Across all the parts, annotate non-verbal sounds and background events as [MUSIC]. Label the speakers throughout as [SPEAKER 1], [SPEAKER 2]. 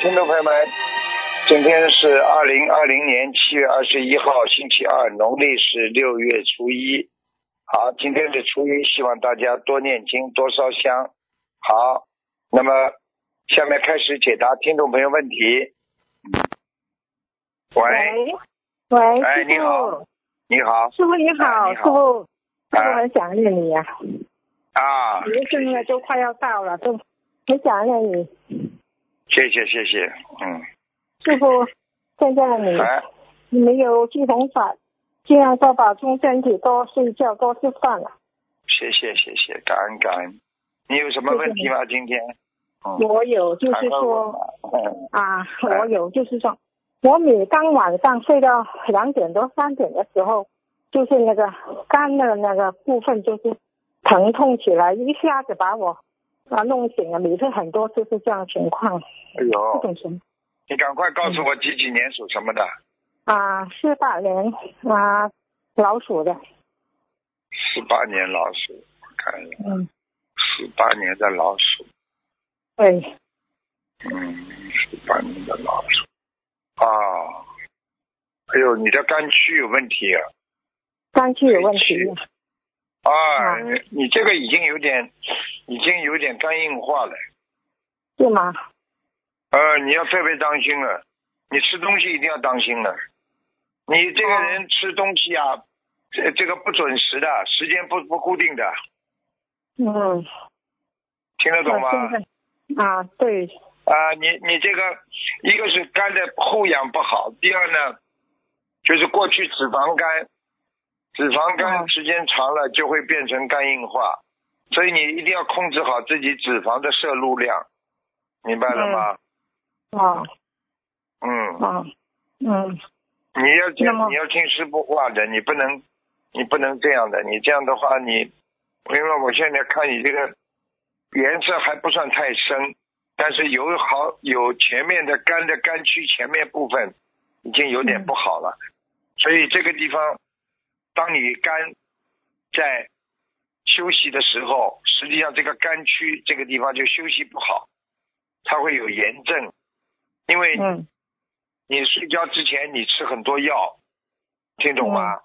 [SPEAKER 1] 听众朋友们，今天是二零二零年七月二十一号，星期二，农历是六月初一。好，今天是初一，希望大家多念经，多烧香。好，那么下面开始解答听众朋友问题。喂，
[SPEAKER 2] 喂，喂，
[SPEAKER 1] 哎
[SPEAKER 2] 师
[SPEAKER 1] 你好
[SPEAKER 2] 傅，
[SPEAKER 1] 你好
[SPEAKER 2] 师傅你
[SPEAKER 1] 哎
[SPEAKER 2] 好，
[SPEAKER 1] 你
[SPEAKER 2] 师
[SPEAKER 1] 好
[SPEAKER 2] 傅，师
[SPEAKER 1] 哎
[SPEAKER 2] 傅很想念你呀、啊，
[SPEAKER 1] 啊，
[SPEAKER 2] 你的生日都快要到了，都很想念你，
[SPEAKER 1] 谢谢谢谢，嗯，
[SPEAKER 2] 师傅，现在的你，
[SPEAKER 1] 哎，
[SPEAKER 2] 你没有记红法，尽量多保重身体，多睡觉，多吃饭啊了、
[SPEAKER 1] 谢谢谢谢，感恩感恩。你有什么问题吗？今天？嗯，
[SPEAKER 2] 我有就是
[SPEAKER 1] 赶快问
[SPEAKER 2] 说
[SPEAKER 1] 吧嗯
[SPEAKER 2] 啊，
[SPEAKER 1] 哎
[SPEAKER 2] 我有就是说，我每当晚上睡到两点多三点的时候，就是那个肝的那个部分就是疼痛起来，一下子把我啊弄醒了。每次很多次是这样的情况，
[SPEAKER 1] 哎
[SPEAKER 2] 这
[SPEAKER 1] 呦，
[SPEAKER 2] 种情
[SPEAKER 1] 你赶快告诉我几几年属什么的？
[SPEAKER 2] 啊是八年啊老鼠的，
[SPEAKER 1] 十八年老鼠，我看一下，
[SPEAKER 2] 嗯，
[SPEAKER 1] 十八年的老鼠，
[SPEAKER 2] 对，
[SPEAKER 1] 嗯，十八年的老鼠，啊，哎呦，你的肝区有问题啊！
[SPEAKER 2] 肝气有问题，
[SPEAKER 1] 啊，
[SPEAKER 2] 嗯
[SPEAKER 1] 你你这个已经有点，已经有点肝硬化了，
[SPEAKER 2] 是吗？
[SPEAKER 1] 呃，你要特别当心了，你吃东西一定要当心了，你这个人吃东西啊，这这个不准时的，时间不不固定的，
[SPEAKER 2] 嗯，
[SPEAKER 1] 听得懂吗？
[SPEAKER 2] 我现在啊对，
[SPEAKER 1] 啊，你你这个一个是肝的护养不好，第二呢，就是过去脂肪肝，脂肪肝
[SPEAKER 2] 嗯
[SPEAKER 1] 时间长了就会变成肝硬化，所以你一定要控制好自己脂肪的摄入量，明白了吗？
[SPEAKER 2] 啊
[SPEAKER 1] 嗯，
[SPEAKER 2] 啊嗯
[SPEAKER 1] 你要
[SPEAKER 2] 那
[SPEAKER 1] 听
[SPEAKER 2] 么
[SPEAKER 1] 你要听师傅话的，你不能你不能这样的，你这样的话你，因为我现在看你这个颜色还不算太深，但是有好有前面的肝的肝区前面部分已经有点不好
[SPEAKER 2] 嗯
[SPEAKER 1] 了，所以这个地方，当你肝在休息的时候，实际上这个肝区这个地方就休息不好，它会有炎症，因为
[SPEAKER 2] 嗯
[SPEAKER 1] 你睡觉之前你吃很多药，听懂吗？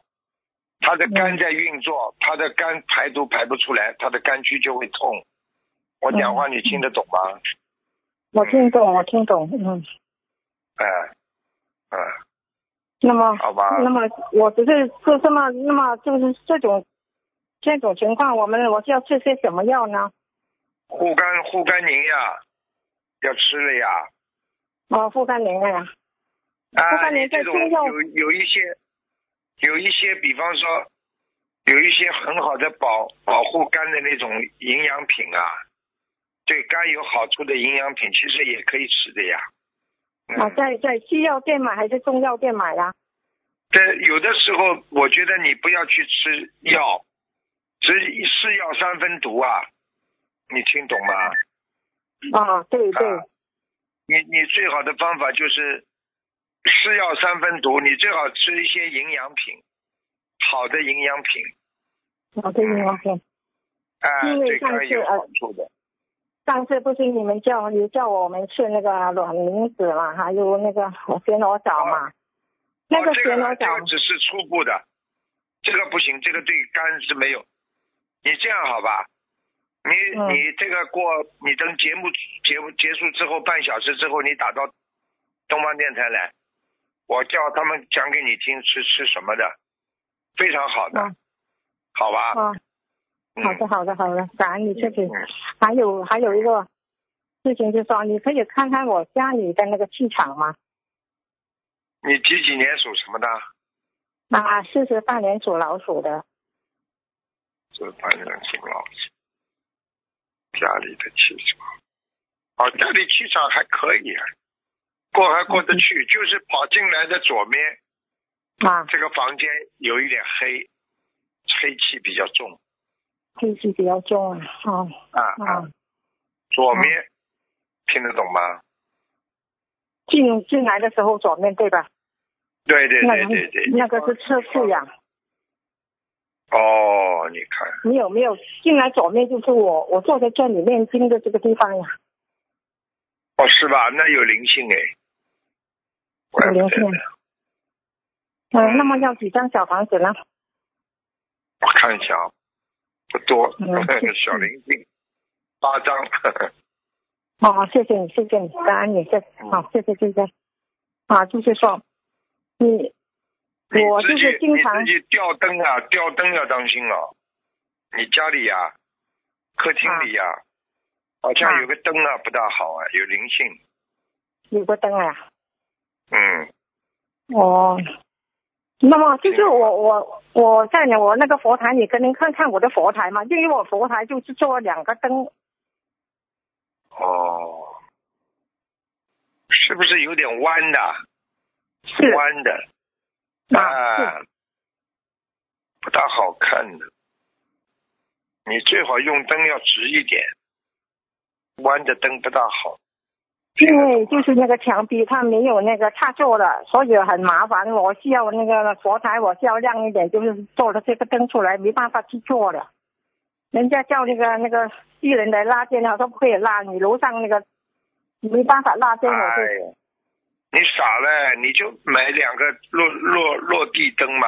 [SPEAKER 1] 他的肝在运作，他的肝排毒排不出来，他的肝区就会痛。我讲话你听得懂吗？
[SPEAKER 2] 我听懂我听懂嗯。
[SPEAKER 1] 哎、哎、
[SPEAKER 2] 那么，
[SPEAKER 1] 好吧
[SPEAKER 2] 那么我只是就这么，那么就是这种这种情况，我们我是要吃些什么药呢？
[SPEAKER 1] 护肝护肝宁呀，要吃了呀。
[SPEAKER 2] 哦，护肝灵呀，
[SPEAKER 1] 啊，
[SPEAKER 2] 肝宁
[SPEAKER 1] 你这种
[SPEAKER 2] 在中药
[SPEAKER 1] 有有一些，有一些，比方说，有一些很好的保保护肝的那种营养品啊，对肝有好处的营养品，其实也可以吃的呀。嗯、
[SPEAKER 2] 啊，在在西药店买还是中药店买呀？
[SPEAKER 1] 这有的时候，我觉得你不要去吃药，吃是药三分毒啊，你听懂吗？
[SPEAKER 2] 啊，对对，
[SPEAKER 1] 啊你你最好的方法就是是药三分毒，你最好吃一些营养品，好的营养品，
[SPEAKER 2] 我对你我
[SPEAKER 1] 嗯啊、
[SPEAKER 2] 因为
[SPEAKER 1] 对
[SPEAKER 2] 上
[SPEAKER 1] 肝
[SPEAKER 2] 次
[SPEAKER 1] 有
[SPEAKER 2] 呃
[SPEAKER 1] 好处的。
[SPEAKER 2] 上次不是你们叫你叫我们吃那个卵磷脂嘛，还有那个旋螺藻嘛，那
[SPEAKER 1] 哦
[SPEAKER 2] 个
[SPEAKER 1] 这个
[SPEAKER 2] 旋螺
[SPEAKER 1] 这
[SPEAKER 2] 藻
[SPEAKER 1] 个只是初步的，这个不行，这个对肝是没有。你这样好吧？你、
[SPEAKER 2] 嗯
[SPEAKER 1] 你这个过，你等节目节目结束之后半小时之后，你打到东方电台来，我叫他们讲给你听吃吃什么的，非常好的，
[SPEAKER 2] 嗯
[SPEAKER 1] 好吧？
[SPEAKER 2] 啊，
[SPEAKER 1] 嗯
[SPEAKER 2] 好的，好的，好的，感恩你自己。
[SPEAKER 1] 嗯
[SPEAKER 2] 还有还有一个事情就是说，你可以看看我家里的那个气场吗？
[SPEAKER 1] 你几几年属什么的？嗯
[SPEAKER 2] 啊，四十八年属老鼠的，
[SPEAKER 1] 这八年属老鼠。家里的气场，哦，家里气场还可以啊，过还过得
[SPEAKER 2] 嗯
[SPEAKER 1] 去，就是跑进来的左面
[SPEAKER 2] 啊，
[SPEAKER 1] 这个房间有一点黑，黑气比较重
[SPEAKER 2] 黑气比较重啊，哦，
[SPEAKER 1] 啊
[SPEAKER 2] 啊，，
[SPEAKER 1] 左面、听得懂吗？
[SPEAKER 2] 进进来的时候左面对吧？
[SPEAKER 1] 对对
[SPEAKER 2] 那
[SPEAKER 1] 对
[SPEAKER 2] 个
[SPEAKER 1] 对对，
[SPEAKER 2] 那个是车库呀，
[SPEAKER 1] 哦，你看，
[SPEAKER 2] 没有没有，进来左面就是我，我坐在这里念经的这个地方呀，
[SPEAKER 1] 哦，是吧？那有灵性哎，怪
[SPEAKER 2] 有
[SPEAKER 1] 不
[SPEAKER 2] 灵
[SPEAKER 1] 得
[SPEAKER 2] 性
[SPEAKER 1] 呢。
[SPEAKER 2] 嗯，那么要几张小房子呢？
[SPEAKER 1] 我看一下啊，不多，
[SPEAKER 2] 嗯
[SPEAKER 1] [LAUGHS] 小灵性八张。
[SPEAKER 2] 哦，谢谢你，谢谢你，感恩你，谢，好、谢谢谢谢。啊，就是说，你，
[SPEAKER 1] 你
[SPEAKER 2] [LAUGHS] 我
[SPEAKER 1] 自
[SPEAKER 2] 就
[SPEAKER 1] 己
[SPEAKER 2] 是经常
[SPEAKER 1] 你自己吊灯啊，吊灯要当心哦。你家里呀、客厅里呀、好像有个灯啊不大好啊，有灵性。
[SPEAKER 2] 有个灯啊。
[SPEAKER 1] 嗯，
[SPEAKER 2] 哦，那么就是我我我在我那个佛台，你跟您看看我的佛台嘛，因为我佛台就是做两个灯，
[SPEAKER 1] 哦，是不是有点弯的？
[SPEAKER 2] 是
[SPEAKER 1] 弯的，
[SPEAKER 2] 啊，
[SPEAKER 1] 啊，不大好看的。你最好用灯要直一点，弯的灯不大好。
[SPEAKER 2] 是因为就是那个墙壁它没有那个插座的，所以很麻烦。我需要那个佛台，我需要亮一点，就是做了这个灯出来，没办法去做了。人家叫那个那个艺人来拉电，他都不可以拉，你楼上那个没办法拉电，我
[SPEAKER 1] 哎
[SPEAKER 2] 就
[SPEAKER 1] 你傻了，你就买两个落落落地灯嘛，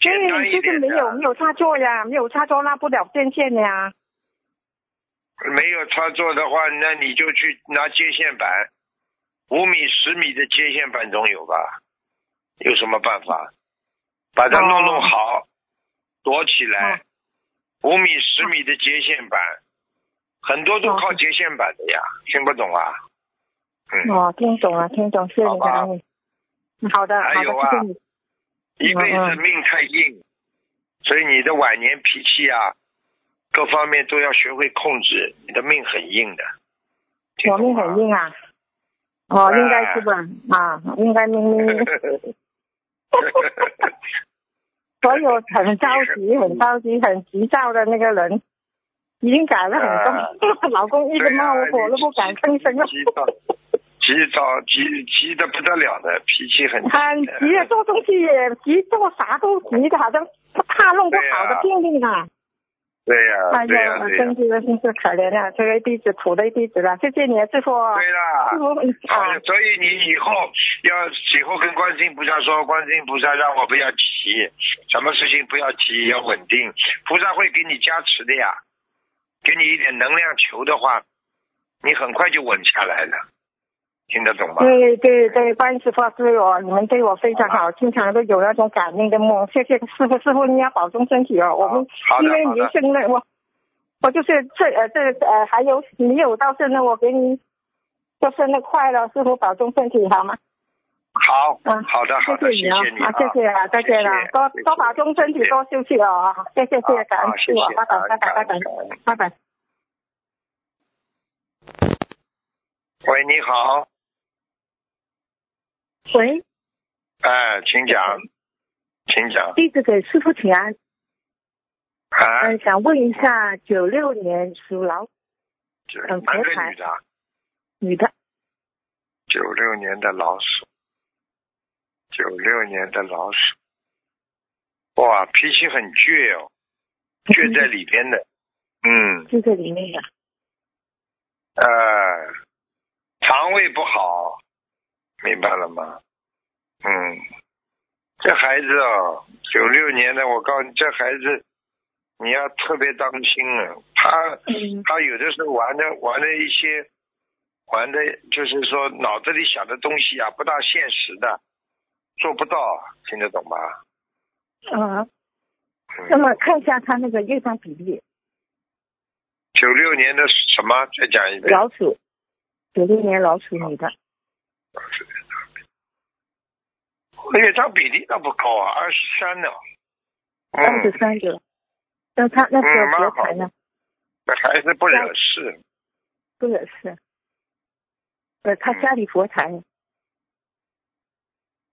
[SPEAKER 1] 简单
[SPEAKER 2] 对，
[SPEAKER 1] 一
[SPEAKER 2] 就是
[SPEAKER 1] 点啊的
[SPEAKER 2] 没有没有插座呀，没有插座拉不了电线呀。
[SPEAKER 1] 没有操作的话，那你就去拿接线板，五米十米的接线板总有吧？有什么办法？把它弄弄好，躲起
[SPEAKER 2] 哦
[SPEAKER 1] 来。五米十米的接线板，很多都靠接线板的呀，听不懂啊？嗯，
[SPEAKER 2] 哦，听懂了，听懂，谢谢
[SPEAKER 1] 好
[SPEAKER 2] 你，
[SPEAKER 1] 吧
[SPEAKER 2] 感恩你。好的，
[SPEAKER 1] 还
[SPEAKER 2] 好的，
[SPEAKER 1] 有啊
[SPEAKER 2] 谢谢你。
[SPEAKER 1] 一辈子命太硬，所以你的晚年脾气啊，各方面都要学会控制，你的命很硬的。听
[SPEAKER 2] 我
[SPEAKER 1] 懂哎吗
[SPEAKER 2] 命很硬啊。哦，
[SPEAKER 1] 哎
[SPEAKER 2] 应该是吧？啊，应该命
[SPEAKER 1] [LAUGHS]
[SPEAKER 2] 命命，所有很着急、很着急、很急躁的那个人，已经改了
[SPEAKER 1] 啊
[SPEAKER 2] 很多。 [LAUGHS] 老公一直骂我，我都不敢吭声了。
[SPEAKER 1] 急躁，急躁，急急的不得了的，脾气很
[SPEAKER 2] 很急啊，做东西也急，做啥都急的，好像怕弄不好的病病啊。
[SPEAKER 1] 呃对呀、
[SPEAKER 2] 哎
[SPEAKER 1] 对呀、
[SPEAKER 2] 呀，
[SPEAKER 1] 对呀、
[SPEAKER 2] 真是真是可怜啊！这个一辈子苦的一辈子了。谢谢你，师傅。
[SPEAKER 1] 对啦
[SPEAKER 2] 师。傅，
[SPEAKER 1] 哎
[SPEAKER 2] 啊
[SPEAKER 1] 呀，所以你以后要以后跟观世音菩萨说，观世音菩萨让我不要急，什么事情不要急，要稳定，菩萨会给你加持的呀，给你一点能量球的话，你很快就稳下来了，听得懂吗？
[SPEAKER 2] 对对对，观世佛对我，你们对我非常好，经常都有那种感应的梦。谢谢师傅，师傅你要保重身体哦。我们
[SPEAKER 1] 好的
[SPEAKER 2] 因为
[SPEAKER 1] 好
[SPEAKER 2] 您
[SPEAKER 1] 的
[SPEAKER 2] 胜任我，我就是这呃这呃还有没有到胜任，我给你说生日快乐，师傅保重身体好吗？
[SPEAKER 1] 好，
[SPEAKER 2] 嗯
[SPEAKER 1] 好的好的，
[SPEAKER 2] 谢
[SPEAKER 1] 谢
[SPEAKER 2] 你啊，
[SPEAKER 1] 谢你
[SPEAKER 2] 啊谢谢啊，再见了，多多保重身体，多休息哦，啊谢谢谢谢，感恩
[SPEAKER 1] 好谢
[SPEAKER 2] 师傅
[SPEAKER 1] 啊谢，
[SPEAKER 2] 拜拜拜拜拜
[SPEAKER 1] 感
[SPEAKER 2] 拜
[SPEAKER 1] 恩感恩
[SPEAKER 2] 拜拜。
[SPEAKER 1] 喂，你好，
[SPEAKER 3] 喂，
[SPEAKER 1] 哎，请讲，请讲。
[SPEAKER 3] 弟子给师傅请安，
[SPEAKER 1] 啊，
[SPEAKER 3] 嗯，想问一下，九六年属老
[SPEAKER 1] 这
[SPEAKER 3] 嗯
[SPEAKER 1] 男的
[SPEAKER 3] 佛牌
[SPEAKER 1] 女的？啊
[SPEAKER 3] 女的，
[SPEAKER 1] 九六年的老鼠，九六年的老鼠，哇，脾气很倔
[SPEAKER 2] [LAUGHS]
[SPEAKER 1] 哦，倔在里边的，嗯，
[SPEAKER 3] 就在里面呀、
[SPEAKER 1] 呃，肠胃不好，明白了吗？嗯，这孩子哦，九六年的，我告诉你，这孩子你要特别当心啊，他
[SPEAKER 3] 嗯
[SPEAKER 1] 他有的时候玩的玩的一些，玩的就是说脑子里想的东西啊，不大现实的，做不到，听得懂吧？
[SPEAKER 3] 啊，那
[SPEAKER 1] 嗯，
[SPEAKER 3] 么看一下她那个业障比例，
[SPEAKER 1] 九六年的什么？再讲一遍。
[SPEAKER 3] 老鼠，九六年老鼠女的，
[SPEAKER 1] 业障比例倒不高啊，二十三呢。嗯，
[SPEAKER 3] 二十三个，那她那
[SPEAKER 1] 嗯
[SPEAKER 3] 是
[SPEAKER 1] 蛮
[SPEAKER 3] 佛
[SPEAKER 1] 好
[SPEAKER 3] 牌
[SPEAKER 1] 的
[SPEAKER 3] 呢，
[SPEAKER 1] 还是不惹事。
[SPEAKER 3] 不也是？呃，她
[SPEAKER 1] 嗯
[SPEAKER 3] 家里佛台，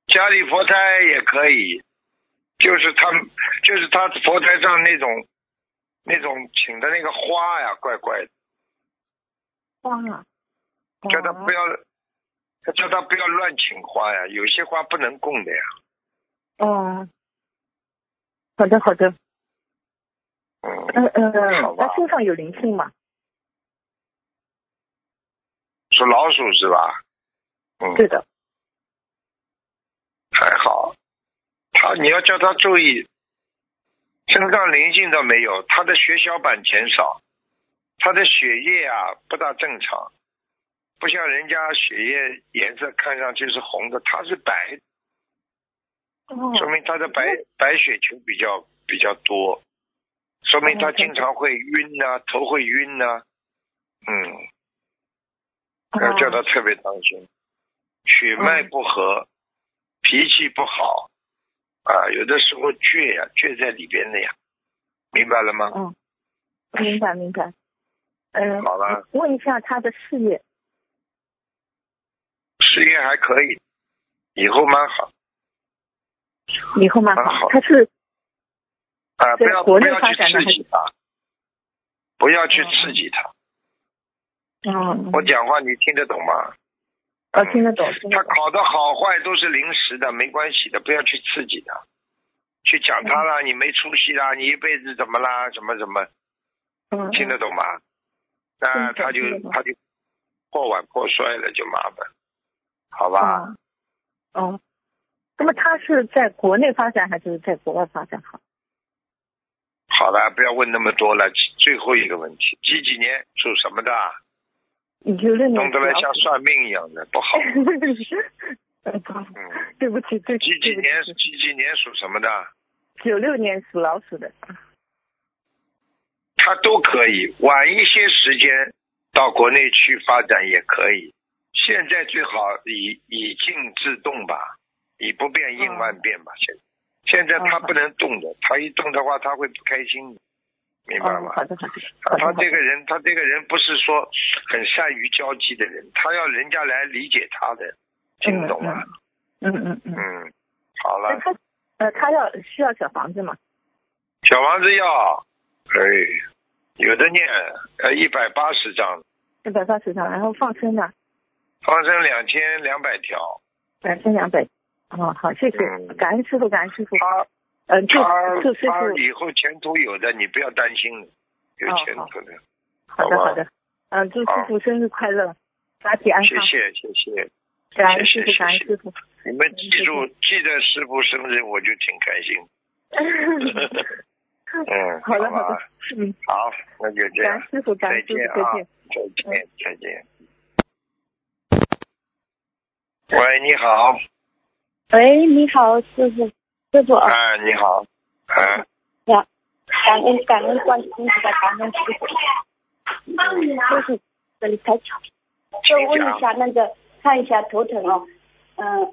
[SPEAKER 1] 家里佛台也可以，就是他们，就是他佛台上那种那种请的那个花呀，怪怪的，
[SPEAKER 3] 哇，啊
[SPEAKER 1] 叫他不要，叫他不要乱请花呀，有些花不能供的呀。
[SPEAKER 3] 哦，好的好的，
[SPEAKER 1] 嗯，
[SPEAKER 3] 嗯嗯
[SPEAKER 1] 好，吧
[SPEAKER 3] 她身上有灵性吗？
[SPEAKER 1] 属老鼠是吧？嗯，
[SPEAKER 2] 对的，
[SPEAKER 1] 还好。他你要叫他注意，身上灵性倒没有，他的血小板减少，他的血液啊不大正常，不像人家血液颜色看上去是红的，他是白的
[SPEAKER 2] 哦
[SPEAKER 1] 说明他的白白血球比较比较多，说明他经常会晕呐、头会晕呐、嗯，
[SPEAKER 3] 哦
[SPEAKER 1] 要呃叫他特别当心，血
[SPEAKER 2] 嗯
[SPEAKER 1] 脉不和，脾气不好，啊，有的时候倔呀、倔在里边的呀，明白了吗？
[SPEAKER 2] 嗯，明白明白。嗯，
[SPEAKER 1] 好了，
[SPEAKER 2] 问一下他的事业，
[SPEAKER 1] 事业还可以，以后蛮好
[SPEAKER 2] 以后蛮
[SPEAKER 1] 蛮好
[SPEAKER 2] 好。他是
[SPEAKER 1] 啊，不
[SPEAKER 2] 在
[SPEAKER 1] 要不
[SPEAKER 2] 国内
[SPEAKER 1] 要
[SPEAKER 2] 发
[SPEAKER 1] 去
[SPEAKER 2] 展呢
[SPEAKER 1] 刺
[SPEAKER 2] 还
[SPEAKER 1] 激他，不要去
[SPEAKER 2] 嗯
[SPEAKER 1] 刺激他。
[SPEAKER 2] 嗯，
[SPEAKER 1] 我讲话你听得懂吗？
[SPEAKER 2] 呃听得懂，听得
[SPEAKER 1] 他
[SPEAKER 2] 懂。
[SPEAKER 1] 考的好坏都是临时的，没关系的，不要去刺激他，去讲他啦，你没出息啦，你一辈子怎么啦，怎么怎么，
[SPEAKER 2] 嗯，
[SPEAKER 1] 听得懂吗？那
[SPEAKER 2] 听
[SPEAKER 1] 他
[SPEAKER 2] 得懂
[SPEAKER 1] 就
[SPEAKER 2] 听得懂
[SPEAKER 1] 他就破碗破摔了，就麻烦，好吧？
[SPEAKER 2] 吧？哦，那么他是在国内发展还是在国外发展好？
[SPEAKER 1] 好了，不要问那么多了。最后一个问题，几几年属什么的？
[SPEAKER 2] 哎九六
[SPEAKER 1] 弄
[SPEAKER 2] 年
[SPEAKER 1] 得来像
[SPEAKER 2] 属
[SPEAKER 1] 算命一样的，不
[SPEAKER 2] [LAUGHS]
[SPEAKER 1] 好。
[SPEAKER 2] 老鼠。
[SPEAKER 1] 嗯，
[SPEAKER 2] [LAUGHS] 对不起，对不起，
[SPEAKER 1] 几几年几几年属什么的？
[SPEAKER 2] 九六年属老鼠的。啊
[SPEAKER 1] 他都可以，晚一些时间到国内去发展也可以。现在最好以以静制动吧，以不变应万变
[SPEAKER 2] 哦
[SPEAKER 1] 吧。现在现在他
[SPEAKER 2] 嗯
[SPEAKER 1] 不能动的，他一动的话他会不开心的，明白
[SPEAKER 2] 哦
[SPEAKER 1] 吗，？
[SPEAKER 2] 好的，好的，
[SPEAKER 1] 他
[SPEAKER 2] 好的，
[SPEAKER 1] 他
[SPEAKER 2] 好的
[SPEAKER 1] 这个人，他这个人不是说很善于交际的人，他要人家来理解他的，听得懂吗？
[SPEAKER 2] 嗯嗯嗯。
[SPEAKER 1] 嗯，好
[SPEAKER 2] 那
[SPEAKER 1] 了，
[SPEAKER 2] 他呃，他要需要小房子嘛？
[SPEAKER 1] 小王子要，哎，有的念呃一百八十章，
[SPEAKER 2] 一百八十张，然后放生呢，
[SPEAKER 1] 放生两千两百条。
[SPEAKER 2] 两千两百。哦，好，谢谢
[SPEAKER 1] 嗯，
[SPEAKER 2] 感恩师傅，感恩师傅。
[SPEAKER 1] 他
[SPEAKER 2] 嗯，祝
[SPEAKER 1] 他
[SPEAKER 2] 祝师
[SPEAKER 1] 他
[SPEAKER 2] 傅，
[SPEAKER 1] 以后前途有的，你不要担心的，有
[SPEAKER 2] 哦
[SPEAKER 1] 前途的。
[SPEAKER 2] 好的
[SPEAKER 1] 好吧
[SPEAKER 2] 好的，嗯，祝师
[SPEAKER 1] 好
[SPEAKER 2] 傅生日快乐，身体安
[SPEAKER 1] 谢
[SPEAKER 2] 康，
[SPEAKER 1] 谢谢谢，
[SPEAKER 2] 感恩师
[SPEAKER 1] 谢
[SPEAKER 2] 傅，
[SPEAKER 1] 谢
[SPEAKER 2] 感恩
[SPEAKER 1] 谢谢
[SPEAKER 2] 师傅。
[SPEAKER 1] 你们记住记得师傅生日，我就挺开心。 [LAUGHS] 嗯，
[SPEAKER 2] 好的好
[SPEAKER 1] 吧
[SPEAKER 2] 的，，嗯，
[SPEAKER 1] 好，那就这
[SPEAKER 2] 感
[SPEAKER 1] 样
[SPEAKER 2] 恩，师傅，感
[SPEAKER 1] 再
[SPEAKER 2] 恩师
[SPEAKER 1] 见
[SPEAKER 2] 傅，
[SPEAKER 1] 啊
[SPEAKER 2] 再见。，
[SPEAKER 1] 再见再见。喂，你好，
[SPEAKER 4] 喂，你好，师傅，师傅，啊，
[SPEAKER 1] 哎，你好，哎，
[SPEAKER 4] 感恩感恩关心你的感恩师傅，
[SPEAKER 1] 嗯
[SPEAKER 4] 就是这里才巧，就问一下那个看一下头疼哦，嗯、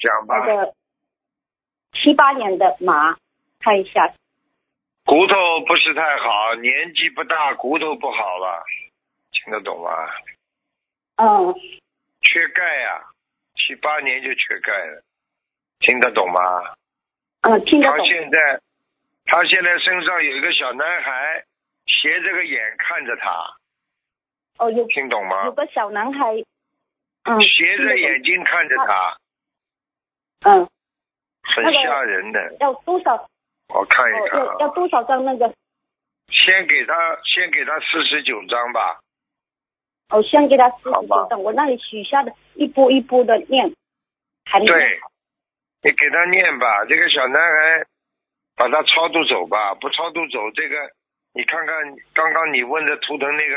[SPEAKER 1] 讲吧
[SPEAKER 4] 那，个七八年的马，看一下，
[SPEAKER 1] 骨头不是太好，年纪不大，骨头不好了，听得懂吗？
[SPEAKER 4] 嗯，
[SPEAKER 1] 缺钙呀、七八年就缺钙了，听得懂吗？
[SPEAKER 4] 嗯，听得
[SPEAKER 1] 他
[SPEAKER 4] 懂，
[SPEAKER 1] 现在，他现在身上有一个小男孩斜着个眼看着他，
[SPEAKER 4] 哦，有
[SPEAKER 1] 听懂
[SPEAKER 4] 有
[SPEAKER 1] 吗？
[SPEAKER 4] 个小男孩，嗯，
[SPEAKER 1] 斜着眼睛看着他，
[SPEAKER 4] 嗯，
[SPEAKER 1] 很吓人的。
[SPEAKER 4] 要多少？哦，
[SPEAKER 1] 我看一看
[SPEAKER 4] 要要
[SPEAKER 1] 啊，
[SPEAKER 4] 多少张那个？
[SPEAKER 1] 先给他先给他四十九张吧，
[SPEAKER 4] 哦，先给他四
[SPEAKER 1] 好
[SPEAKER 4] 十
[SPEAKER 1] 吧
[SPEAKER 4] 九张，我那里许下的一波一波的念，还没念
[SPEAKER 1] 对
[SPEAKER 4] 好。
[SPEAKER 1] 你给他念吧。这个小男孩，把他超度走吧，不超度走这个，你看看刚刚你问的图腾那个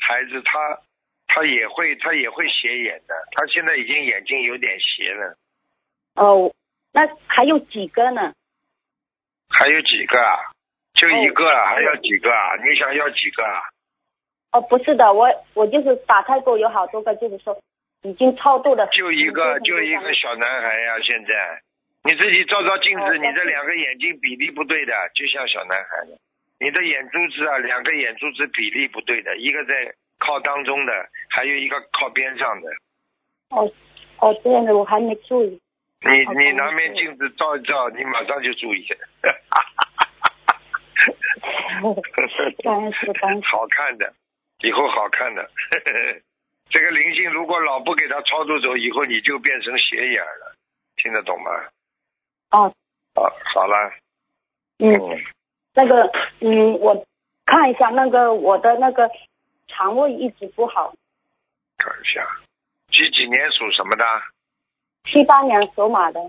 [SPEAKER 1] 孩子，他他也会他也会斜眼的，他现在已经眼睛有点斜了。
[SPEAKER 4] 哦，那还有几个呢？
[SPEAKER 1] 还有几个啊？就一个啊，
[SPEAKER 4] 哦
[SPEAKER 1] 还要几个啊？你想要几个啊？
[SPEAKER 4] 哦，不是的，我我就是打开过有好多个，就是说已经超度了。
[SPEAKER 1] 就一个，就一个小男孩呀、现在你自己照照镜
[SPEAKER 4] 哦
[SPEAKER 1] 子，你
[SPEAKER 4] 但
[SPEAKER 1] 这
[SPEAKER 4] 是
[SPEAKER 1] 两个眼睛比例不对的，就像小男孩的。你的眼珠子啊，两个眼珠子比例不对的，一个在靠当中的，还有一个靠边上的。
[SPEAKER 4] 哦哦，这样的我还没注意。 [LAUGHS]
[SPEAKER 1] 你
[SPEAKER 4] 哦
[SPEAKER 1] 你
[SPEAKER 4] 懂
[SPEAKER 1] 拿
[SPEAKER 4] 了
[SPEAKER 1] 面镜子照一照，你马上就注意 [LAUGHS] 了。
[SPEAKER 4] 感恩师傅感恩
[SPEAKER 1] [LAUGHS]
[SPEAKER 4] 师
[SPEAKER 1] 好看的，以后好看的。 [LAUGHS] 这个灵性如果老不给他操作走，以后你就变成斜眼了，听得懂吗？
[SPEAKER 4] 哦，
[SPEAKER 1] 好，好了，
[SPEAKER 4] 嗯，那个嗯，我看一下那个我的那个肠胃一直不好，
[SPEAKER 1] 看一下，几几年属什么的？
[SPEAKER 4] 七八年属马的，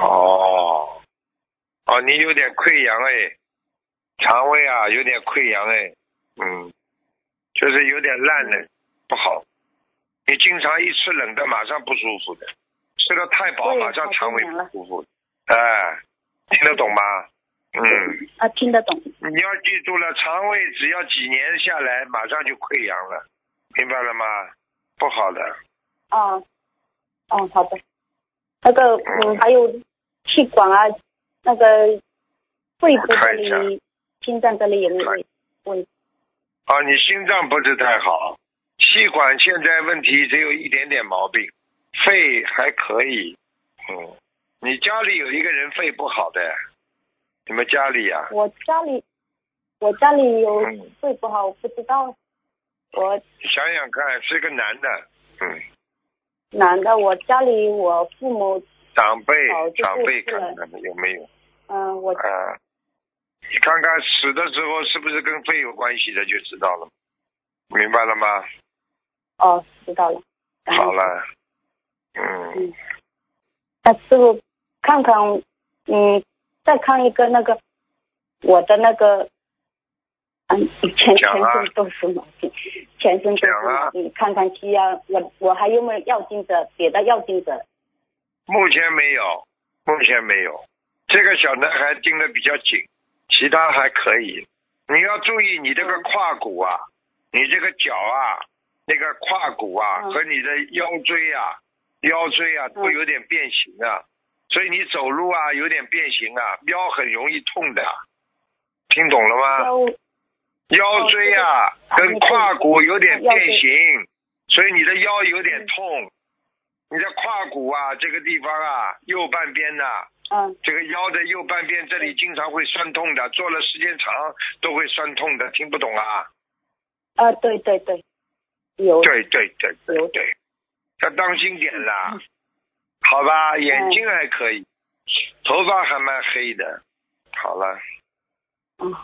[SPEAKER 1] 哦，哦，你有点溃疡哎，肠胃啊有点溃疡哎，嗯，就是有点烂了，不好。你经常一吃冷的，马上不舒服的，吃的太饱
[SPEAKER 4] 对
[SPEAKER 1] 马上
[SPEAKER 4] 太
[SPEAKER 1] 肠胃
[SPEAKER 4] 多年了
[SPEAKER 1] 不舒服。哎，听得懂吗？嗯。
[SPEAKER 4] 啊，听得懂。
[SPEAKER 1] 你要记住了，肠胃只要几年下来，马上就溃疡了，明白了吗？不好的，
[SPEAKER 4] 啊，嗯，好的。那个，嗯，还有气管啊，那个肺部这
[SPEAKER 1] 我看一
[SPEAKER 4] 里、心脏这里有没有问题？
[SPEAKER 1] 啊，你心脏不是太好，气管现在问题只有一点点毛病，肺还可以，嗯，你家里有一个人肺不好的，你们家里呀、
[SPEAKER 4] 我家里，我家里有
[SPEAKER 1] 嗯
[SPEAKER 4] 肺不好，我不知道。我
[SPEAKER 1] 想想看，是个男的，嗯，
[SPEAKER 4] 男的，我家里我父母，
[SPEAKER 1] 长辈
[SPEAKER 4] 哦就，
[SPEAKER 1] 长辈
[SPEAKER 4] 过世
[SPEAKER 1] 看
[SPEAKER 4] 了
[SPEAKER 1] 看有没有。
[SPEAKER 4] 嗯、我
[SPEAKER 1] 啊，你看看死的时候是不是跟肺有关系的，就知道了，明白了吗？
[SPEAKER 4] 哦，知道了。感恩
[SPEAKER 1] 好。了，嗯，
[SPEAKER 4] 那呃师傅看看，嗯，再看一个那个我的那个，嗯，全全
[SPEAKER 1] 讲啊
[SPEAKER 4] 身都是毛病，全身都是毛病，嗯看看需要我我还有没有要精者，别的要精者
[SPEAKER 1] 目前没有，目前没有。这个小男孩盯得比较紧，其他还可以。你要注意你这个胯骨啊，你这个脚啊，那个胯骨啊、
[SPEAKER 4] 嗯
[SPEAKER 1] 和你的腰椎啊、腰椎啊都有点变形啊，所以你走路啊有点变形啊，腰很容易痛的。听懂了吗？
[SPEAKER 4] 腰
[SPEAKER 1] 腰椎啊、
[SPEAKER 4] 哦这个
[SPEAKER 1] 跟胯骨有点变
[SPEAKER 4] 腰
[SPEAKER 1] 形，所以你的腰有点痛。你的胯骨啊，这个地方啊，右半边呐、
[SPEAKER 4] 嗯
[SPEAKER 1] 这个腰的右半边这里经常会酸痛的，坐了时间长都会酸痛的，听不懂啊？
[SPEAKER 4] 啊对对对，有
[SPEAKER 1] 对对对对
[SPEAKER 4] 哦有
[SPEAKER 1] 对，要当心点啦，好吧？眼睛还可以，头发还蛮黑的，好了，
[SPEAKER 4] 嗯，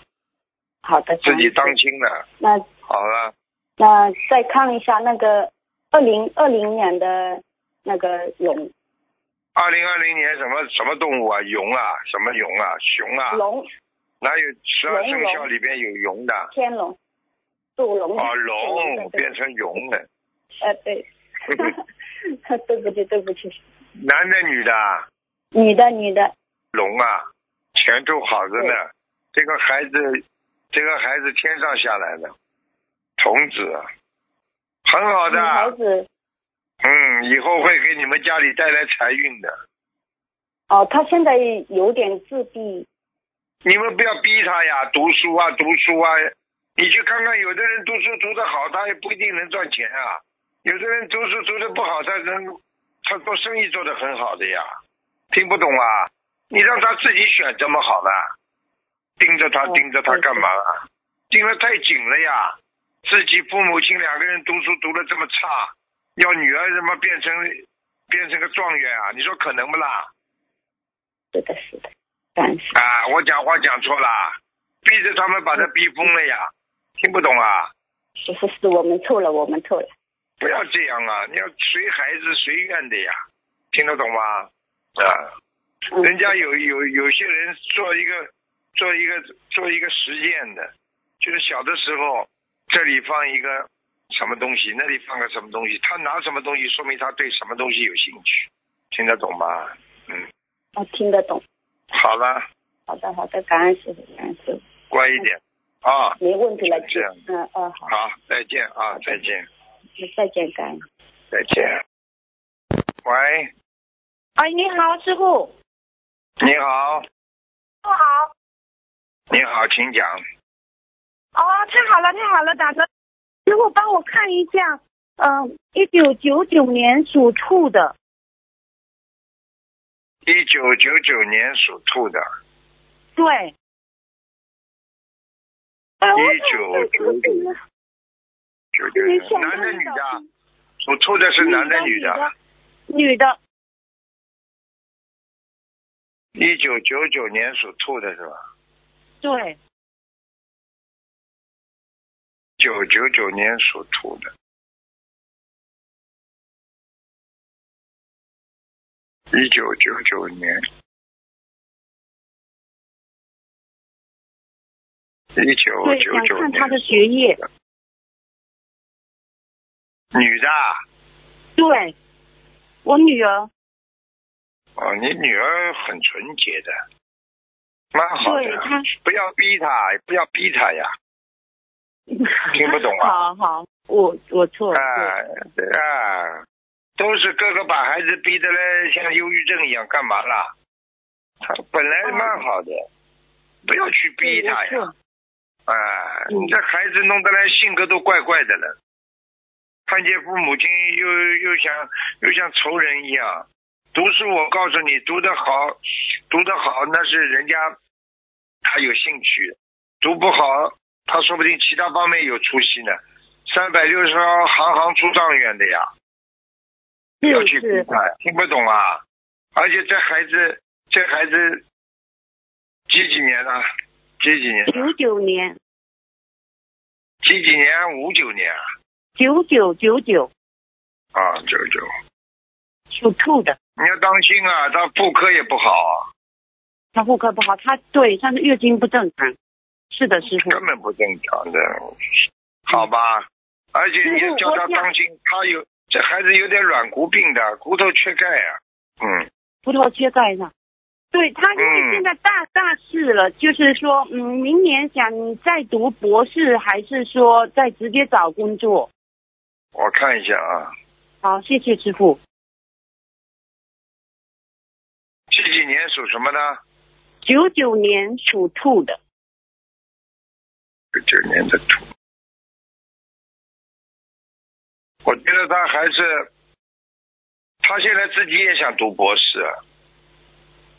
[SPEAKER 4] 好的，
[SPEAKER 1] 自己
[SPEAKER 4] 感恩
[SPEAKER 1] 当心了，
[SPEAKER 4] 那
[SPEAKER 1] 好了，
[SPEAKER 4] 那再看一下那个二零二零年的那个龙
[SPEAKER 1] 二零二零年什么什么动物啊？熊啊？什么熊啊？熊啊？
[SPEAKER 4] 龙
[SPEAKER 1] 哪有十二
[SPEAKER 4] 龙
[SPEAKER 1] 生肖里边有龙的？
[SPEAKER 4] 天龙属龙的
[SPEAKER 1] 哦，
[SPEAKER 4] 对对
[SPEAKER 1] 龙
[SPEAKER 4] 对
[SPEAKER 1] 变成龙了，
[SPEAKER 4] 呃，对， [LAUGHS] 对不起，对不起，
[SPEAKER 1] 男的女的啊
[SPEAKER 4] 女的，女的，
[SPEAKER 1] 龙啊，前途好着呢。这个孩子，这个孩子天上下来的童子啊，很好
[SPEAKER 4] 女
[SPEAKER 1] 的，
[SPEAKER 4] 孩
[SPEAKER 1] 啊
[SPEAKER 4] 子，
[SPEAKER 1] 嗯，以后会给你们家里带来财运的。
[SPEAKER 4] 哦，她现在有点自闭，
[SPEAKER 1] 你们不要逼他呀，读书啊，读书啊。你去看看，有的人读书读得好，他也不一定能赚钱啊；有的人读书读得不好，他能他做生意做得很好的呀。听不懂啊？你让他自己选怎么好呢？盯着他
[SPEAKER 4] 哦
[SPEAKER 1] 盯着他
[SPEAKER 4] 对
[SPEAKER 1] 干嘛啊？盯得太紧了呀！自己父母亲两个人读书读得这么差，要女儿怎么变成变成个状元啊？你说可能不啦？
[SPEAKER 4] 是的，是的，感恩师
[SPEAKER 1] 啊，我讲话讲错了，逼着他们把他逼疯了呀，听不懂啊？
[SPEAKER 4] 傅，是是，我们错了，我们错了，
[SPEAKER 1] 不要这样啊，你要随孩子随愿的呀，听得懂吗？啊，
[SPEAKER 4] 嗯，
[SPEAKER 1] 人家有有有些人做一个做一个做一个实验的，就是小的时候这里放一个什么东西，那里放个什么东西，他拿什么东西，说明他对什么东西有兴趣，听得懂吗？嗯，
[SPEAKER 4] 我哦听得懂，
[SPEAKER 1] 好了，
[SPEAKER 4] 好的，好的，感恩师傅，感恩师傅，
[SPEAKER 1] 乖一点啊，
[SPEAKER 4] 没问题了，
[SPEAKER 1] 就这样
[SPEAKER 4] 嗯嗯，好，
[SPEAKER 1] 好，再见啊，再见。
[SPEAKER 4] 再见，感恩。
[SPEAKER 1] 再见。喂，
[SPEAKER 5] 哎，你好，师傅。
[SPEAKER 1] 你好，
[SPEAKER 5] 不好。
[SPEAKER 1] 你好，请讲。
[SPEAKER 5] 哦，太好了，太好了，打个师傅帮我看一下，嗯、1一九九九年属兔的，
[SPEAKER 1] 一九九九年属兔的，
[SPEAKER 5] 对。哎
[SPEAKER 1] 1999九九年，男的女的，属兔的是男的女
[SPEAKER 5] 女
[SPEAKER 1] 的。？
[SPEAKER 5] 女的，
[SPEAKER 1] 一九九九年属兔的是吧？
[SPEAKER 5] 对，
[SPEAKER 1] 九九九年属兔的，一九九九年，一九
[SPEAKER 4] 对，
[SPEAKER 1] 哦九
[SPEAKER 4] 想
[SPEAKER 1] 九
[SPEAKER 4] 看他的
[SPEAKER 1] 年，
[SPEAKER 4] 学业。
[SPEAKER 1] 女的啊，
[SPEAKER 4] 对，我女儿，
[SPEAKER 1] 哦，你女儿很纯洁的，蛮好
[SPEAKER 4] 对
[SPEAKER 1] 的，
[SPEAKER 4] 她，
[SPEAKER 1] 不要逼她，不要逼她呀， [LAUGHS] 听不懂啊
[SPEAKER 4] 好好，我我错了。
[SPEAKER 1] 啊对啊，都是哥哥把孩子逼得嘞像忧郁症一样，干嘛啦？他本来蛮好的，不要去逼他
[SPEAKER 4] 对我
[SPEAKER 1] 呀
[SPEAKER 4] 错。
[SPEAKER 1] 啊，
[SPEAKER 4] 嗯
[SPEAKER 1] 你这孩子弄得来性格都怪怪的了，看见父母亲又又像又像仇人一样。读书我告诉你，读得好，读得好那是人家他有兴趣，读不好他说不定其他方面有出息呢。三百六十行，行行出状元的呀，不要去
[SPEAKER 4] 是
[SPEAKER 1] 比
[SPEAKER 4] 是，
[SPEAKER 1] 他，听不懂啊？而且这孩子，这孩子几几年的？几几年的？
[SPEAKER 4] 九九年，
[SPEAKER 1] 几几年？五九年啊
[SPEAKER 4] 九九九九
[SPEAKER 1] 啊，九九。
[SPEAKER 4] 属兔的，
[SPEAKER 1] 你要当心啊，他妇科也不好啊，
[SPEAKER 4] 她妇科不好，她对，她的月经不正常。是的，师傅。
[SPEAKER 1] 根本不正常的，好吧？而且你
[SPEAKER 4] 师
[SPEAKER 1] 要
[SPEAKER 4] 傅
[SPEAKER 1] 叫他
[SPEAKER 4] 我想
[SPEAKER 1] 当心，他有这孩子有点软骨病的，骨头缺钙啊。嗯，
[SPEAKER 4] 葡萄缺钙呢？对他，因为现在大大四了，就是说，嗯，明年想你再读博士，还是说再直接找工作？
[SPEAKER 1] 我看一下啊，
[SPEAKER 4] 好，谢谢师傅。
[SPEAKER 1] 几几年属什么呢？
[SPEAKER 4] 九九年属兔的，
[SPEAKER 1] 九九年的兔。我觉得他还是，他现在自己也想读博士，啊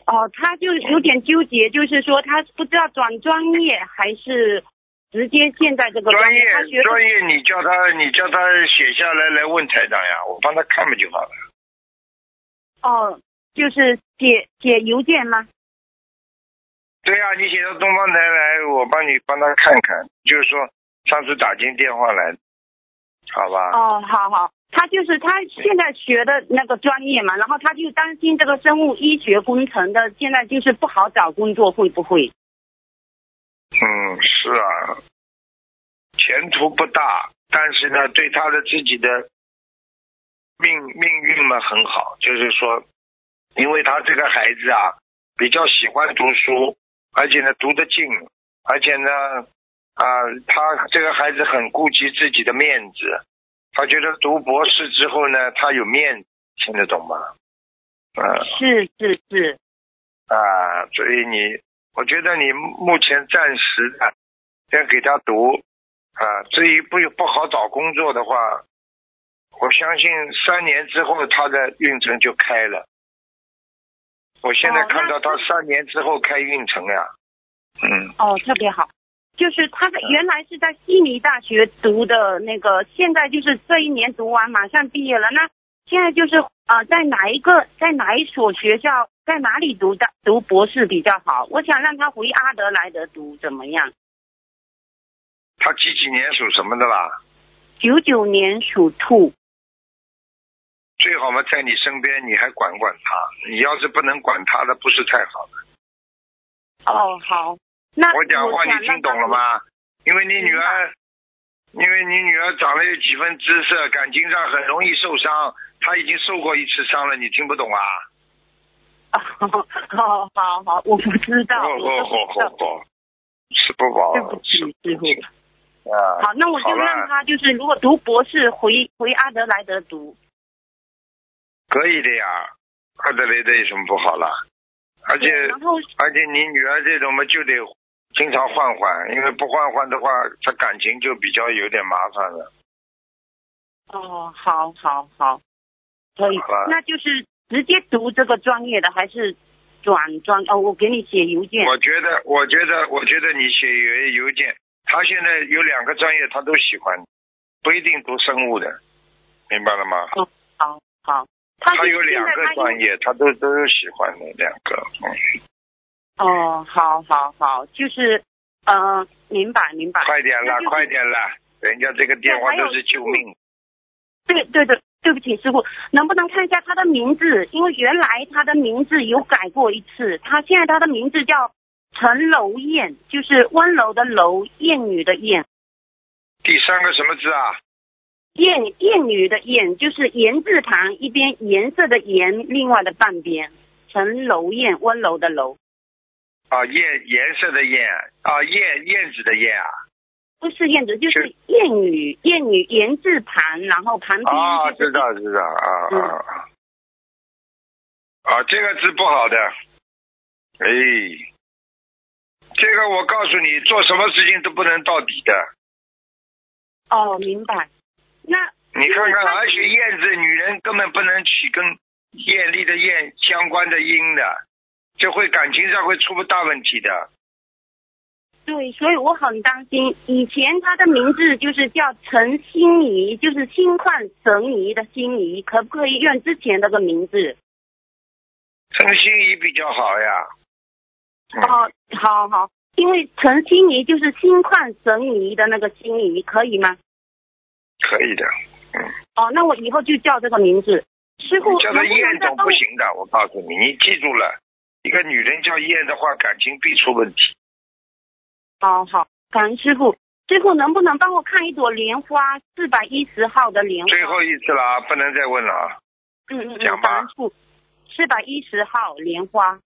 [SPEAKER 4] 哦，他就有点纠结，就是说他不知道转专业还是直接现在这个
[SPEAKER 1] 专
[SPEAKER 4] 业。他
[SPEAKER 1] 业
[SPEAKER 4] 学
[SPEAKER 1] 专业你叫他你叫他写下来来问台长呀，我帮他看不就好了。
[SPEAKER 4] 哦，就是写写邮件吗？
[SPEAKER 1] 对呀、你写到东方台来，我帮你帮他看看，就是说上次打进电话来，好吧？
[SPEAKER 4] 哦，好好，他就是他现在学的那个专业嘛，然后他就担心这个生物医学工程的现在就是不好找工作，会不会？
[SPEAKER 1] 嗯，是啊，前途不大，但是呢，对他的自己的命命运嘛很好，就是说，因为他这个孩子啊，比较喜欢读书，而且呢读得进，而且呢，啊、他这个孩子很顾及自己的面子，他觉得读博士之后呢，他有面子，听得懂吗？嗯、
[SPEAKER 4] 是是是，
[SPEAKER 1] 啊，所以你，我觉得你目前暂时的先给他读啊，至于不不好找工作的话，我相信三年之后他的运程就开了。我现在
[SPEAKER 4] 哦
[SPEAKER 1] 看到
[SPEAKER 4] 那
[SPEAKER 1] 他三年之后开运程呀、嗯，
[SPEAKER 4] 哦，特别好。就是他的原来是在悉尼大学读的那个，现在就是这一年读完，马上毕业了。那现在就是呃，在哪一个，在哪一所学校，在哪里读的读博士比较好？我想让他回阿德莱德读，怎么样？
[SPEAKER 1] 他几几年属什么的啦？
[SPEAKER 4] 九九年属兔，
[SPEAKER 1] 最好嘛，在你身边，你还管管他。你要是不能管他的，不是太好。
[SPEAKER 4] 哦，好，那
[SPEAKER 1] 我讲话你
[SPEAKER 4] 想
[SPEAKER 1] 听
[SPEAKER 4] 让
[SPEAKER 1] 懂
[SPEAKER 4] 他
[SPEAKER 1] 了？吗？因为你女儿，因为你女儿长得有几分姿色，感情上很容易受伤，她已经受过一次伤了，你听不懂啊？
[SPEAKER 4] [LAUGHS] 哦，好好好，我不知道，
[SPEAKER 1] 哦
[SPEAKER 4] 我
[SPEAKER 1] 哦
[SPEAKER 4] 都不知
[SPEAKER 1] 哦
[SPEAKER 4] 道，
[SPEAKER 1] 哦，吃不饱
[SPEAKER 4] 对不，起
[SPEAKER 1] 吃
[SPEAKER 4] 师
[SPEAKER 1] 不起
[SPEAKER 4] 傅。
[SPEAKER 1] 啊。
[SPEAKER 4] 好，那我就
[SPEAKER 1] 好了
[SPEAKER 4] 让他就是如果读博士回回阿德莱德读。
[SPEAKER 1] 可以的呀，阿德雷德有什么不好啦？而且
[SPEAKER 4] 对然啊后
[SPEAKER 1] 而且你女儿这种嘛，就得经常换换，因为不换换的话，她感情就比较有点麻烦了。
[SPEAKER 4] 哦，好好好，可以
[SPEAKER 1] 好了，
[SPEAKER 4] 那就是直接读这个专业的还是转专？哦，我给你写邮件。
[SPEAKER 1] 我觉得，我觉得，我觉得你写邮邮件，他现在有两个专业他都喜欢，不一定读生物的，明白了吗？
[SPEAKER 4] 好好，他
[SPEAKER 1] 他
[SPEAKER 4] 是
[SPEAKER 1] 有两
[SPEAKER 4] 现在
[SPEAKER 1] 个
[SPEAKER 4] 他
[SPEAKER 1] 专业，他都都喜欢的两个。嗯，
[SPEAKER 4] 哦，好好好，就是嗯、呃明白明白。
[SPEAKER 1] 快点啦
[SPEAKER 4] 那就，是
[SPEAKER 1] 快点啦！人家这个电话都是救命。
[SPEAKER 4] 对对对，对不起，师傅，能不能看一下他的名字？因为原来他的名字有改过一次，他现在他的名字叫陈楼燕，就是温柔的柔，艳女的艳，
[SPEAKER 1] 第三个什么字啊？
[SPEAKER 4] 艳艳女的艳，就是言字旁一边颜色的颜，另外的半边陈楼燕，温柔的柔，
[SPEAKER 1] 啊，燕颜色的燕啊，燕燕子的燕啊。
[SPEAKER 4] 不是燕子，就是艳女，艳女言字旁，然后旁边
[SPEAKER 1] 啊，
[SPEAKER 4] 就
[SPEAKER 1] 知
[SPEAKER 4] 是嗯
[SPEAKER 1] 道知道啊啊啊！啊，这个字不好的，哎，这个我告诉你，做什么事情都不能到底的。
[SPEAKER 4] 哦，明白。那
[SPEAKER 1] 你看
[SPEAKER 4] 因为
[SPEAKER 1] 看，
[SPEAKER 4] 他
[SPEAKER 1] 而且燕子女人根本不能取跟艳丽的艳相关的音的，这会感情上会出大问题的。
[SPEAKER 4] 对，所以我很担心。以前他的名字就是叫陈心怡，就是心旷神怡的心怡，可不可以用之前那个名字？
[SPEAKER 1] 陈心怡比较好呀。嗯、
[SPEAKER 4] 哦，好好，因为陈心怡就是心旷神怡的那个心怡，可以吗？
[SPEAKER 1] 可以的。嗯，
[SPEAKER 4] 哦，那我以后就叫这个名字。师傅，
[SPEAKER 1] 你叫她
[SPEAKER 4] 能不能
[SPEAKER 1] 燕
[SPEAKER 4] 再
[SPEAKER 1] 总
[SPEAKER 4] 帮
[SPEAKER 1] 不
[SPEAKER 4] 我
[SPEAKER 1] 行的，我告诉你，你记住了，一个女人叫燕的话，感情必出问题。
[SPEAKER 4] 哦，好，感恩师傅。师傅能不能帮我看一朵莲花，四百一十号的莲花？
[SPEAKER 1] 最后一次了啊，不能再问了啊。
[SPEAKER 4] 嗯嗯
[SPEAKER 1] 讲
[SPEAKER 4] 嗯，
[SPEAKER 1] 吧
[SPEAKER 4] 感恩师傅，四百一十号莲花。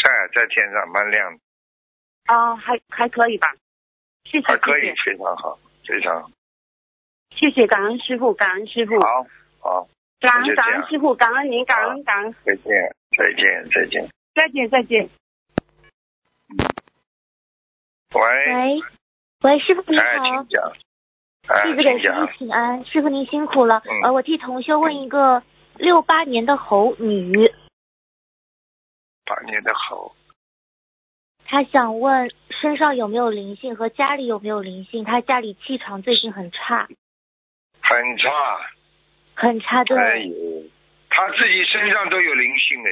[SPEAKER 1] 在哎在天上蛮亮的，
[SPEAKER 4] 啊，还还可以吧，谢谢
[SPEAKER 1] 还啊可以
[SPEAKER 4] 谢，
[SPEAKER 1] 非常好，非常好
[SPEAKER 4] 谢谢谢感恩师傅，感恩师傅，
[SPEAKER 1] 好，好，
[SPEAKER 4] 感
[SPEAKER 1] 那就
[SPEAKER 4] 恩
[SPEAKER 1] 这
[SPEAKER 4] 感
[SPEAKER 1] 样
[SPEAKER 4] 恩师傅，感恩您，感
[SPEAKER 1] 好
[SPEAKER 4] 恩感恩，
[SPEAKER 1] 再见，再见，再见。
[SPEAKER 4] 再见再见。
[SPEAKER 1] 喂，
[SPEAKER 6] 喂，喂，师傅你
[SPEAKER 1] 哎，
[SPEAKER 6] 好
[SPEAKER 1] 请，讲，哎，
[SPEAKER 6] 弟子给
[SPEAKER 1] 请
[SPEAKER 6] 师
[SPEAKER 1] 讲
[SPEAKER 6] 傅，请安，师傅您辛苦了。
[SPEAKER 1] 嗯
[SPEAKER 6] 呃，我替同修问一个六八年的猴女，
[SPEAKER 1] 把你的好，
[SPEAKER 6] 她想问身上有没有灵性和家里有没有灵性？她家里气场最近很差，
[SPEAKER 1] 很差，
[SPEAKER 6] 很差的。
[SPEAKER 1] 哎呦，他自己身上都有灵性哎，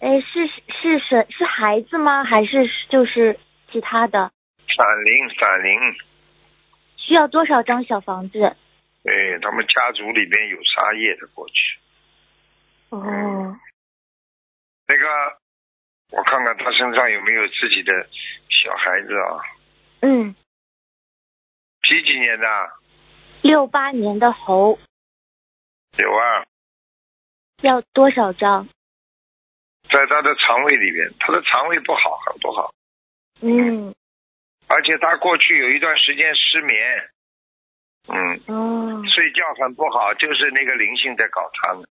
[SPEAKER 1] 哎，
[SPEAKER 6] 哎，是是是是孩子吗？还是就是其他的？
[SPEAKER 1] 闪灵闪灵，
[SPEAKER 6] 需要多少张小房子？
[SPEAKER 1] 哎，他们家族里边有杀业的过去，
[SPEAKER 6] 哦，
[SPEAKER 1] 那个，我看看他身上有没有自己的小孩子啊？
[SPEAKER 6] 嗯，
[SPEAKER 1] 几几年的啊？
[SPEAKER 6] 六八年的猴
[SPEAKER 1] 有啊，
[SPEAKER 6] 要多少张？
[SPEAKER 1] 在他的肠胃里边，他的肠胃不好，很不好，
[SPEAKER 6] 嗯，
[SPEAKER 1] 而且他过去有一段时间失眠，嗯，
[SPEAKER 6] 哦，
[SPEAKER 1] 睡觉很不好，就是那个灵性在搞他呢。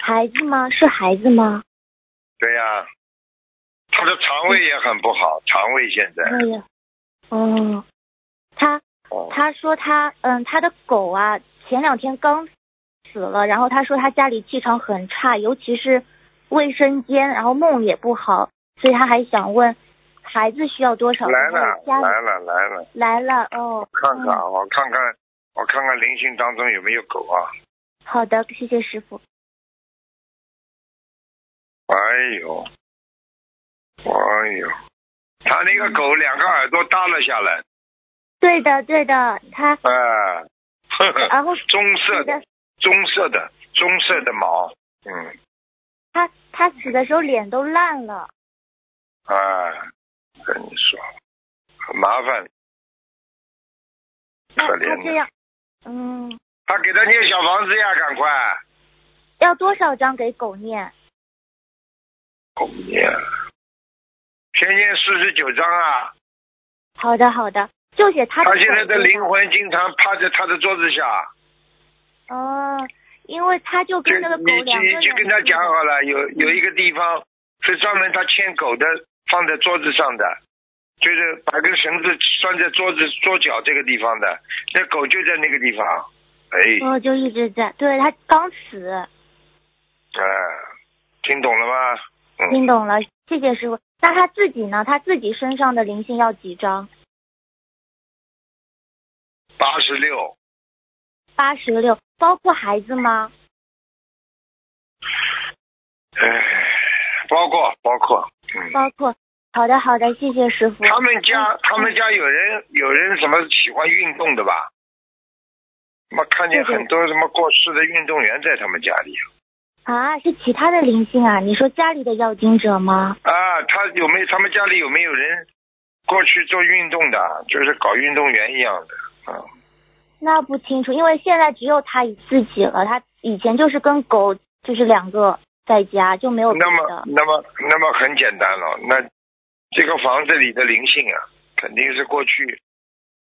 [SPEAKER 6] 孩子吗？是孩子吗？
[SPEAKER 1] 对呀、他的肠胃也很不好，肠胃现在，
[SPEAKER 6] 哎呀，哦，他
[SPEAKER 1] 哦，
[SPEAKER 6] 他说他嗯，他的狗啊，前两天刚死了，然后他说他家里气场很差，尤其是卫生间，然后梦也不好，所以他还想问孩子需要多少？
[SPEAKER 1] 来
[SPEAKER 6] 然后
[SPEAKER 1] 了
[SPEAKER 6] 家里
[SPEAKER 1] 来了来了，
[SPEAKER 6] 来了哦，
[SPEAKER 1] 看看
[SPEAKER 6] 嗯
[SPEAKER 1] 啊，我看看，我看看灵性当中有没有狗啊？
[SPEAKER 6] 好的，谢谢师傅。
[SPEAKER 1] 哎呦，哎呦，他那
[SPEAKER 6] 嗯
[SPEAKER 1] 个狗两个耳朵耷拉下来，
[SPEAKER 6] 对的，对的，他
[SPEAKER 1] 哎、 [LAUGHS] 呵呵。
[SPEAKER 6] 然后
[SPEAKER 1] 棕色
[SPEAKER 6] 死
[SPEAKER 1] 嗯的
[SPEAKER 6] 的，
[SPEAKER 1] 棕色的，棕色的毛，嗯，
[SPEAKER 6] 他他死的时候脸都烂了，
[SPEAKER 1] 啊，跟你说，很麻烦，
[SPEAKER 6] 那
[SPEAKER 1] 可
[SPEAKER 6] 他
[SPEAKER 1] 怜
[SPEAKER 6] 这
[SPEAKER 1] 的。
[SPEAKER 6] 样，嗯，
[SPEAKER 1] 他给他念小房子呀，赶快！
[SPEAKER 6] 要多少张给狗念？
[SPEAKER 1] 狗念，先念啊四十九章啊！
[SPEAKER 6] 好的，好的，就写他
[SPEAKER 1] 他
[SPEAKER 6] 的狗
[SPEAKER 1] 现在的
[SPEAKER 6] 对吧
[SPEAKER 1] 灵魂经常趴在他的桌子下，
[SPEAKER 6] 哦，因为他就
[SPEAKER 1] 就
[SPEAKER 6] 跟那个狗
[SPEAKER 1] 你
[SPEAKER 6] 两个
[SPEAKER 1] 你
[SPEAKER 6] 人
[SPEAKER 1] 就跟他讲
[SPEAKER 6] 住的
[SPEAKER 1] 好了，有有一个地方是专门他牵狗的，放在桌子上的，就是把根绳子拴在桌子桌角这个地方的，那狗就在那个地方，哎。
[SPEAKER 6] 哦，就一直在，对他刚死，
[SPEAKER 1] 哎，听懂了吗？嗯，
[SPEAKER 6] 听懂了，谢谢师傅。那他自己呢？他自己身上的灵性要几张？
[SPEAKER 1] 八十六，
[SPEAKER 6] 八十六，包括孩子吗？
[SPEAKER 1] 哎，包括包括，嗯，
[SPEAKER 6] 包嗯括。好的，好的，谢谢师傅。
[SPEAKER 1] 他们家他们家有人有人什么喜欢运动的吧？妈看见很多什么过世的运动员在他们家里
[SPEAKER 6] 啊，是其他的灵性啊？你说家里的要经者吗？
[SPEAKER 1] 啊，他有没有他们家里有没有人过去做运动的，就是搞运动员一样的啊？
[SPEAKER 6] 那不清楚，因为现在只有他自己了。他以前就是跟狗就是两个在家，就没有别
[SPEAKER 1] 那么
[SPEAKER 6] 的。哦
[SPEAKER 1] 那么那么很简单了，那这个房子里的灵性啊，肯定是过去，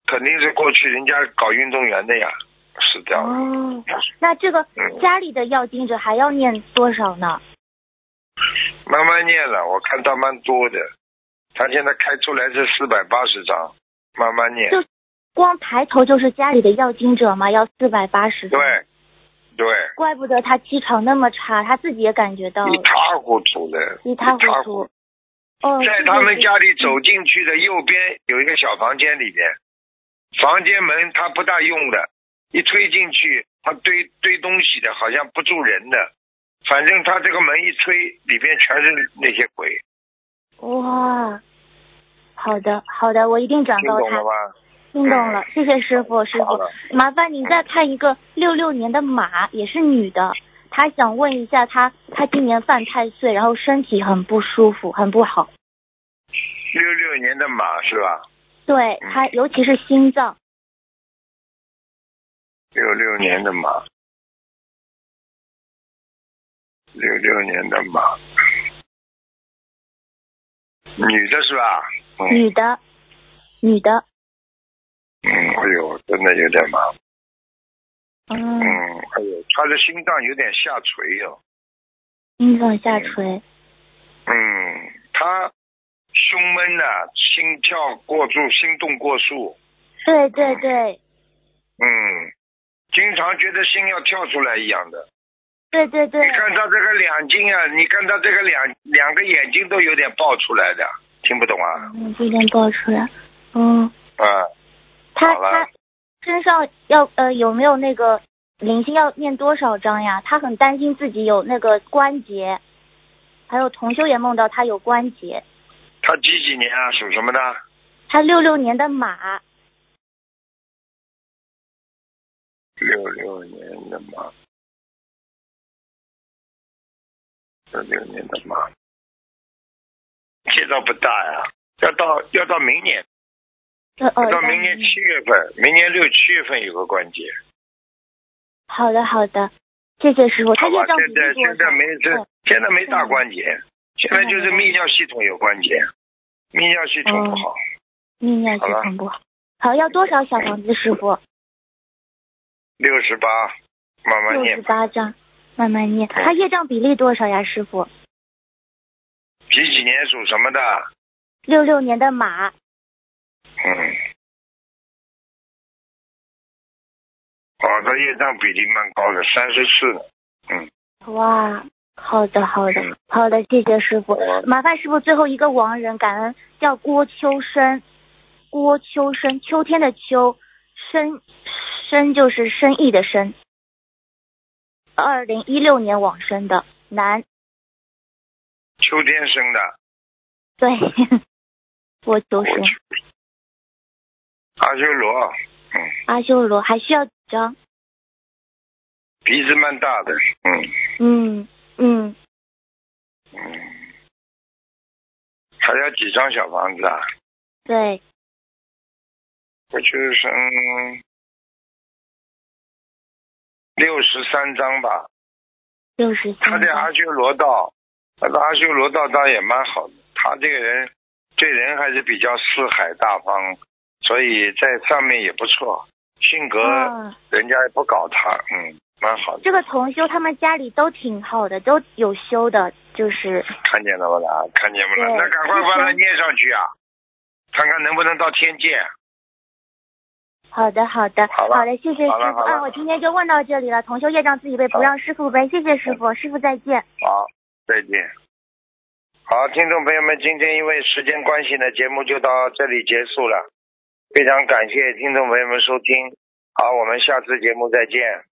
[SPEAKER 1] 肯定是过去人家搞运动员的呀，死掉了。
[SPEAKER 6] 哦，那这个
[SPEAKER 1] 嗯
[SPEAKER 6] 家里的要经者还要念多少呢？
[SPEAKER 1] 慢慢念了，我看他蛮多的，他现在开出来是四百八十张，慢慢念
[SPEAKER 6] 就。光抬头就是家里的要经者嘛，要四百八十。
[SPEAKER 1] 对，对，
[SPEAKER 6] 怪不得他气场那么差，他自己也感觉到
[SPEAKER 1] 一
[SPEAKER 6] 了，
[SPEAKER 1] 塌糊涂的，
[SPEAKER 6] 哦一塌糊涂。哦，
[SPEAKER 1] 在
[SPEAKER 6] 是
[SPEAKER 1] 他
[SPEAKER 6] 的
[SPEAKER 1] 们家里走进去的右边有一个小房间，里边房间门他不大用的，一推进去他堆堆东西的，好像不住人的，反正他这个门一推，里边全是那些鬼，
[SPEAKER 6] 哇，好的好的，我一定转
[SPEAKER 1] 听
[SPEAKER 6] 告
[SPEAKER 1] 懂了
[SPEAKER 6] 他。
[SPEAKER 1] 吗？
[SPEAKER 6] 听懂了，谢谢师傅，师
[SPEAKER 1] 好的
[SPEAKER 6] 傅，麻烦您再看一个六六年的马，也是女的，她想问一下她，她今年犯太岁，然后身体很不舒服，很不好，
[SPEAKER 1] 六六年的马是吧？
[SPEAKER 6] 对
[SPEAKER 1] 嗯
[SPEAKER 6] 她尤其是心脏，
[SPEAKER 1] 六六年的马，六六年的马，女的是吧？嗯
[SPEAKER 6] 女的，女的，
[SPEAKER 1] 嗯，哎呦，真的有点麻烦。
[SPEAKER 6] 嗯
[SPEAKER 1] 嗯，，哎呦，她的心脏有点下垂哟、
[SPEAKER 6] 心脏下垂，
[SPEAKER 1] 嗯，她胸闷呐、心跳过速，心动过速。
[SPEAKER 6] 对对对
[SPEAKER 1] 嗯，经常觉得心要跳出来一样的。
[SPEAKER 6] 对对对
[SPEAKER 1] 你，看她这个两睛啊，你看她这个两两个眼睛都有点爆出来的，听不懂啊？
[SPEAKER 6] 嗯，不一定报出来，嗯，
[SPEAKER 1] 啊，
[SPEAKER 6] 她
[SPEAKER 1] 好了
[SPEAKER 6] 她身上要呃有没有那个灵性要念多少章呀？她很担心自己有那个关节，还有同修也梦到她有关节。
[SPEAKER 1] 他几几年啊？属什么的？
[SPEAKER 6] 她六六年的马，
[SPEAKER 1] 六六年的马，六六年的马，介绍不大呀、要到要到明年，要
[SPEAKER 6] 呃呃，
[SPEAKER 1] 哦到明年七月份，明年六七月份有个关节，
[SPEAKER 6] 好的好的，谢谢师傅。她
[SPEAKER 1] 好
[SPEAKER 6] 业
[SPEAKER 1] 吧？
[SPEAKER 6] 障比
[SPEAKER 1] 现在
[SPEAKER 6] 例多
[SPEAKER 1] 现在
[SPEAKER 6] 少
[SPEAKER 1] 没这
[SPEAKER 6] 嗯，
[SPEAKER 1] 哦现在没大关节，现在就是泌尿系统有关节，泌尿系统不好，
[SPEAKER 6] 泌尿系统不好。好，要多少小房子，师傅？
[SPEAKER 1] 六十八，慢慢
[SPEAKER 6] 六
[SPEAKER 1] 念哎
[SPEAKER 6] 十，八张，慢慢念。她业障比例多少呀，师傅？
[SPEAKER 1] 几几年属什么的？
[SPEAKER 6] 六六年的马，
[SPEAKER 1] 嗯，我的业障比例蛮高的，三十四。嗯，
[SPEAKER 6] 哇，好的好的好的，谢谢师傅
[SPEAKER 1] 好啊。
[SPEAKER 6] 麻烦师傅最后一个亡人，感恩叫郭秋生，郭秋生，秋天的秋，生生就是生意的生。二零一六年往生的男，
[SPEAKER 1] 秋天生的，
[SPEAKER 6] 对， [LAUGHS] 郭秋生，
[SPEAKER 1] 阿修罗，嗯，
[SPEAKER 6] 阿修罗还需要几张？
[SPEAKER 1] 鼻子蛮大的，嗯
[SPEAKER 6] 嗯嗯，
[SPEAKER 1] 嗯，还要几张小房子啊？
[SPEAKER 6] 对，
[SPEAKER 1] 我就是生六十三张吧。
[SPEAKER 6] 六十
[SPEAKER 1] 他
[SPEAKER 6] 三
[SPEAKER 1] 在阿
[SPEAKER 6] 张。
[SPEAKER 1] 修罗道，他在阿修罗道倒也蛮好的。他这个人对人还是比较四海大方，所以在上面也不错，性格
[SPEAKER 6] 啊，
[SPEAKER 1] 人家也不搞他，嗯，蛮好的。
[SPEAKER 6] 这个同修他们家里都挺好的，都有修的，就是
[SPEAKER 1] 看见了吧？啦？看见不啦？
[SPEAKER 6] 对
[SPEAKER 1] 那赶快把它
[SPEAKER 6] 医生
[SPEAKER 1] 念上去啊，看看能不能到天界。
[SPEAKER 6] 好的，好的，
[SPEAKER 1] 好了
[SPEAKER 6] 的，谢谢师
[SPEAKER 1] 好了
[SPEAKER 6] 傅
[SPEAKER 1] 好了
[SPEAKER 6] 啊！我今天就问到这里了，同修业障自己背，不
[SPEAKER 1] 好
[SPEAKER 6] 让师傅背，谢谢师傅，师傅再见。
[SPEAKER 1] 好，再见。好，听众朋友们，今天因为时间关系呢，节目就到这里结束了。非常感谢听众朋友们收听，好，我们下次节目再见。